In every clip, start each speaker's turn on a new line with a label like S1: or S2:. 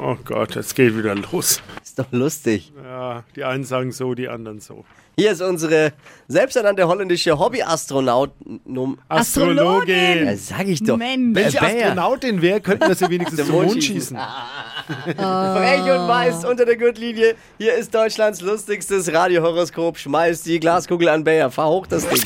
S1: Oh Gott, es geht wieder los.
S2: Ist doch lustig.
S1: Ja, die einen sagen so, die anderen so.
S2: Hier ist unsere selbsternannte holländische Hobbyastronaut. Num-
S1: Ah, Astrologin!
S2: Ja, sag ich doch.
S3: Mensch.
S2: Äh,
S1: Wenn sie
S2: Bär.
S1: Astronautin wäre, Genau könnten wir sie wenigstens zum Mond schießen.
S2: Ah. Frech und weiß unter der Gürtellinie. Hier ist Deutschlands lustigstes Radiohoroskop. Schmeiß die Glaskugel an Bayer. Fahr hoch das Ding.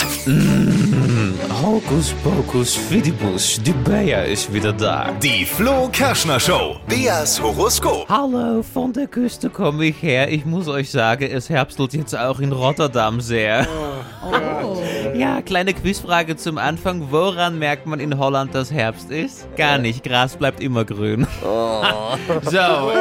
S4: Hokus pokus fidibus, die Bea is weer daar.
S5: Die Flo Kerschner Show. Beas Horoskop.
S4: Hallo, von der Küste komme ich her. Ich muss euch sagen, es herbstelt jetzt auch in Rotterdam sehr. Oh. Ja, kleine Quizfrage zum Anfang. Woran merkt man in Holland, dass Herbst ist? Gar nicht. Gras bleibt immer grün. So.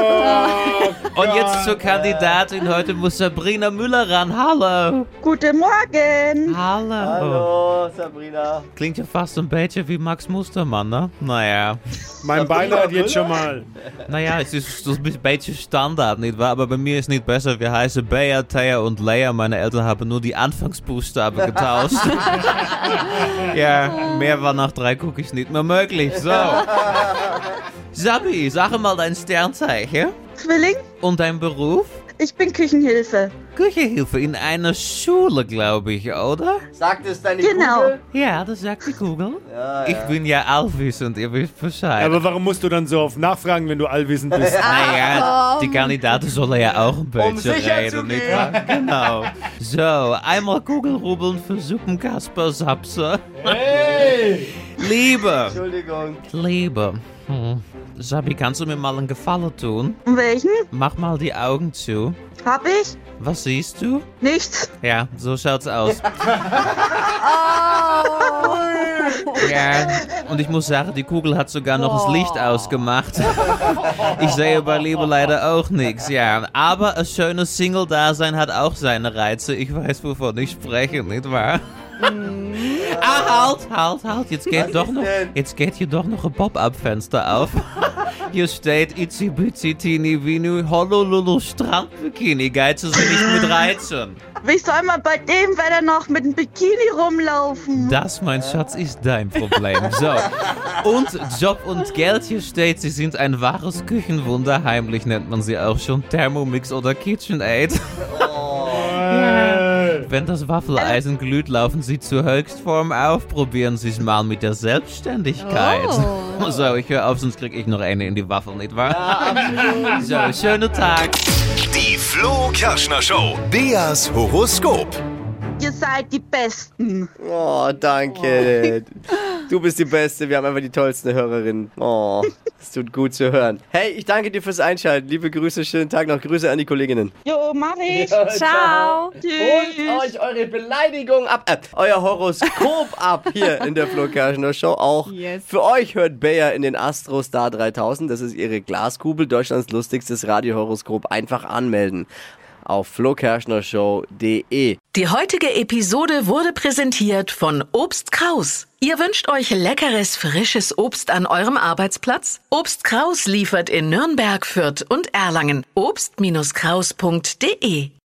S4: Und jetzt zur Kandidatin. Heute muss Sabrina Müller ran. Hallo.
S6: Guten Morgen.
S4: Hallo.
S2: Hallo, Sabrina.
S4: Klingt ja fast ein bisschen wie Max Mustermann, ne? Naja.
S1: Mein Beileid jetzt schon mal.
S4: Naja, es ist so ein bisschen Standard, nicht wahr? Aber bei mir ist nicht besser. Wir heißen Bayer, Thea und Leia. Meine Eltern haben nur die Anfangsbuchstaben getauscht. ja, mehr war nach drei Cookies nicht mehr möglich. So. Sabi, sag mal dein Sternzeichen
S6: Zwilling,
S4: und dein Beruf.
S6: ich bin Küchenhilfe.
S4: Küchehilfe in einer Schule, glaube ich, oder?
S2: Sagt es deine
S6: Genau.
S2: Kugel?
S4: Ja, das sagt die Kugel. Ich bin ja allwissend, ihr wisst Bescheid.
S1: Aber warum musst du dann so oft nachfragen, wenn du allwissend bist?
S4: Naja, die Kandidaten sollen ja auch ein
S2: Um
S4: bisschen
S2: sicher zu
S4: reden, nicht wahr? Genau. So, einmal Kugelrubbeln für Suppenkasper Sapse. Liebe,
S2: Entschuldigung.
S4: Liebe. Hm. Sabi, kannst du mir mal einen Gefallen tun?
S6: Und welchen?
S4: Mach mal die Augen zu.
S6: Hab ich?
S4: Was siehst du?
S6: Nichts.
S4: Ja, so schaut's aus.
S2: Oh.
S4: Ja, und ich muss sagen, die Kugel hat sogar noch das
S2: Oh.
S4: Licht ausgemacht. Ich sehe bei Liebe leider auch nichts, ja. Aber ein schönes Single-Dasein hat auch seine Reize. Ich weiß, wovon ich spreche, nicht wahr? Ah, halt, halt, halt. Jetzt geht, doch
S2: Mhm. ist
S4: noch,
S2: denn?
S4: jetzt geht hier doch noch ein Pop-Up-Fenster auf. Hier steht Itzi Bitsi Tini Vinu Honolulu Strandbikini. Geize sind nicht mit Reizen.
S6: Wie soll man bei dem Wetter noch mit einem Bikini rumlaufen?
S4: Das, mein Schatz, ist dein Problem. So. Und Job und Geld hier steht, sie sind ein wahres Küchenwunder. Heimlich nennt man sie auch schon Thermomix oder KitchenAid.
S1: Äh,
S4: Wenn das Waffeleisen glüht, laufen sie zur Höchstform auf. Probieren sie es mal mit der Selbstständigkeit.
S3: Oh.
S4: So, ich höre auf, sonst kriege ich noch eine in die Waffel, nicht wahr? so, schönen Tag.
S5: Die Flo Kerschner Show. Beas Horoskop.
S6: Ihr seid die Besten.
S2: Oh, danke. Du bist die Beste. Wir haben einfach die tollsten Hörerinnen. Oh, es tut gut zu hören. Hey, ich danke dir fürs Einschalten. Liebe Grüße, schönen Tag noch. Grüße an die Kolleginnen.
S6: Jo, mach ich.
S3: Ciao.
S6: Tschüss.
S2: Und euch eure Beleidigung ab. Äh, euer Horoskop ab hier in der Flo Kerschner Show. Auch
S3: Yes.
S2: für euch hört Bayer in den Astrostar 3000. Das ist ihre Glaskugel. Deutschlands lustigstes Radiohoroskop. Einfach anmelden auf flokerschnershow.de.
S7: Die heutige Episode wurde präsentiert von Obst Kraus. Ihr wünscht euch leckeres, frisches Obst an eurem Arbeitsplatz? Obst Kraus liefert in Nürnberg, Fürth und Erlangen. Obst-Kraus.de